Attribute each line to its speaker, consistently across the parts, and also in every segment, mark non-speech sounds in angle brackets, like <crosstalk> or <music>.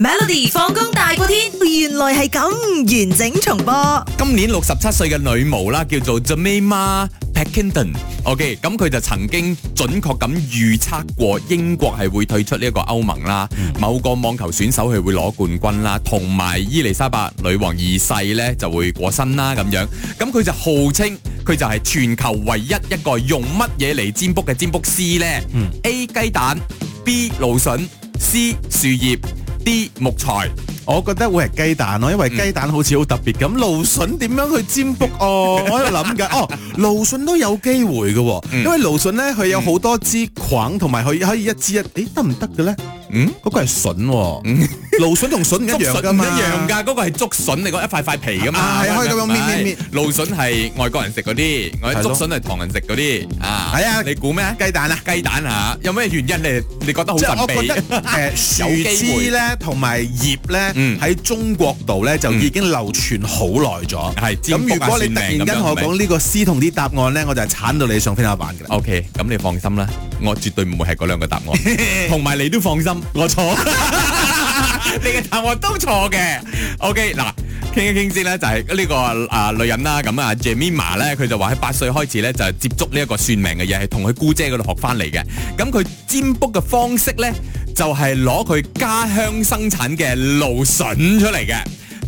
Speaker 1: Melody 放工大過天，原來係咁完整重播。
Speaker 2: 今年六十七歲嘅女巫啦，叫做 Jemima Packington。OK，咁佢就曾經準確咁預測過英國係會退出呢一個歐盟啦，某個網球選手佢會攞冠軍啦，同埋伊麗莎白女王二世呢就會過身啦咁樣。咁佢就號稱佢就係全球唯一一個用乜嘢嚟占卜嘅占卜師呢、a 雞蛋，B 蘆筍，C 樹葉，D 木材。
Speaker 3: 我覺得會係雞蛋咯，因為
Speaker 2: 嗯
Speaker 3: 雞蛋好似好特別咁。蘆筍點樣去占卜
Speaker 2: <laughs>
Speaker 3: 哦？我喺度諗緊，哦，蘆筍都有機會嘅喎，
Speaker 2: 嗯
Speaker 3: 因為蘆筍咧佢有好多支梗，同埋佢可以一支一，誒得唔得嘅咧？
Speaker 2: 嗯。
Speaker 3: 嗰個係筍喎，蘆筍同筍唔一樣㗎
Speaker 2: 唔嗯
Speaker 3: 嘛，
Speaker 2: 一樣㗎，嗰個係竹筍嚟講一塊塊皮㗎嘛，
Speaker 3: 啊係可以咁樣搣搣搣
Speaker 2: 蘆筍係外國人食嗰啲，我哋
Speaker 3: 係
Speaker 2: 竹
Speaker 3: 咯
Speaker 2: 筍係唐人食嗰啲啊。
Speaker 3: 係啊
Speaker 2: 你估咩？
Speaker 3: 雞蛋啊！
Speaker 2: 雞蛋嚇，有咩原因你你覺得好
Speaker 3: 即
Speaker 2: 神
Speaker 3: 係我覺 <laughs>
Speaker 2: 秘？ <laughs>
Speaker 3: 得誒樹
Speaker 2: 有機會
Speaker 3: 枝咧同埋葉咧
Speaker 2: 嗯
Speaker 3: 喺中國度咧就已經流傳好耐咗。
Speaker 2: 係
Speaker 3: 咁
Speaker 2: 占卜啊
Speaker 3: 如果你突然
Speaker 2: 算命咁
Speaker 3: 間同我
Speaker 2: 樣係
Speaker 3: 講呢個詩同啲答案咧，我就係鏟到你上天花板㗎啦。
Speaker 2: O K，咁你放心啦，我絕對唔會係嗰兩個答案，同埋你都放心，我錯， <laughs> 你嘅答案都錯嘅。O K，嗱。傾一傾先咧，就係呢個啊女人啦，咁啊 Jemima 咧，佢就話喺八歲開始咧就接觸呢一個算命嘅嘢，係同佢姑姐嗰度學翻嚟嘅。咁佢占卜嘅方式咧，就係攞佢家鄉生產嘅蘆筍出嚟嘅。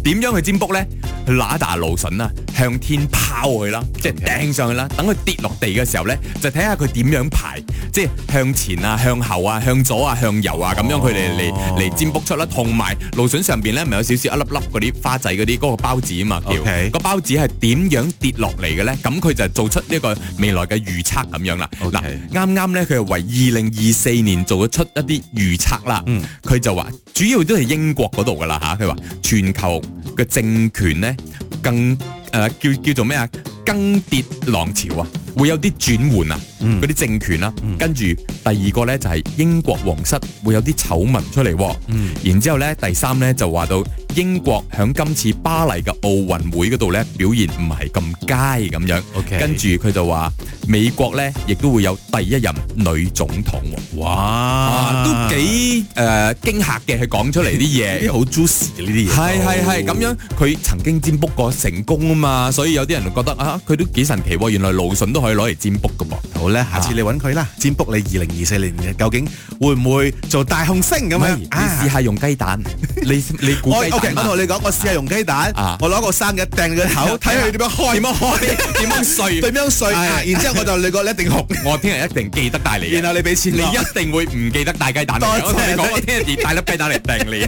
Speaker 2: 點樣去占卜咧？揦大蘆筍啦，向天拋佢啦，即係掟上去啦。等佢跌落地嘅時候咧，就睇下佢點樣排，即係向前啊、向後啊、向左啊、向右啊咁樣，佢哋嚟
Speaker 3: 哦
Speaker 2: 嚟占卜出啦。同埋蘆筍上邊咧，咪有少少一粒粒嗰啲花仔嗰啲嗰個包子啊嘛，叫
Speaker 3: OK
Speaker 2: 個包子係點樣跌落嚟嘅咧？咁佢就做出呢個未來嘅預測咁樣啦。
Speaker 3: OK
Speaker 2: 嗱，啱啱咧佢係為二零二四年做咗出一啲預測啦。
Speaker 3: 嗯
Speaker 2: 佢就話主要都係英國嗰度噶啦吓，佢話全球嘅政權咧更誒、呃叫叫做咩啊更迭浪潮啊，會有啲轉換啊，
Speaker 3: 嗯
Speaker 2: 嗰啲、政權啦、跟住第二個咧就係、英國皇室會有啲醜聞出嚟喎。
Speaker 3: 嗯
Speaker 2: 然之後咧，第三咧就話到英國響今次巴黎嘅奧運會嗰度咧表現唔係咁佳咁樣。
Speaker 3: ，OK，
Speaker 2: 跟住佢就話美國咧亦都會有第一任女總統喎。啊，
Speaker 3: 哇，
Speaker 2: 都幾誒驚嚇嘅，佢講出嚟
Speaker 3: <laughs>
Speaker 2: 啲嘢
Speaker 3: 啲。好 juicy 呢啲嘢，
Speaker 2: 係係係咁樣，佢曾經占卜過成功啊嘛，所以有啲人覺得啊，佢都幾神奇喎，原來蘆筍都可以攞嚟占卜噶噃。
Speaker 3: 好咧，下次你揾佢啦，占卜你二零二四年嘅究竟會唔會做大紅星咁
Speaker 2: 咁樣
Speaker 3: 樣
Speaker 2: 你
Speaker 3: 啊
Speaker 2: 試？下用
Speaker 3: <laughs>
Speaker 2: 雞蛋，你你估
Speaker 3: 我
Speaker 2: 雞
Speaker 3: OK，
Speaker 2: 蛋
Speaker 3: 我
Speaker 2: 嘛
Speaker 3: 同你講，我試下用雞蛋
Speaker 2: 啊，
Speaker 3: 我攞個生嘅
Speaker 2: <laughs>
Speaker 3: 掟佢口，睇佢點樣開，
Speaker 2: 點樣開？ <laughs> 點樣碎？
Speaker 3: 點樣碎，啊
Speaker 2: 係
Speaker 3: 然之後我就你個你一定
Speaker 2: <laughs>
Speaker 3: 紅，
Speaker 2: 我聽日一定記得帶你嘅，
Speaker 3: 然後你俾錢
Speaker 2: 你
Speaker 3: 我
Speaker 2: 一定會唔記得帶雞蛋嚟
Speaker 3: 多
Speaker 2: 嘅。
Speaker 3: 謝
Speaker 2: 我同你講，
Speaker 3: 你
Speaker 2: 我聽日帶粒雞蛋嚟掟你。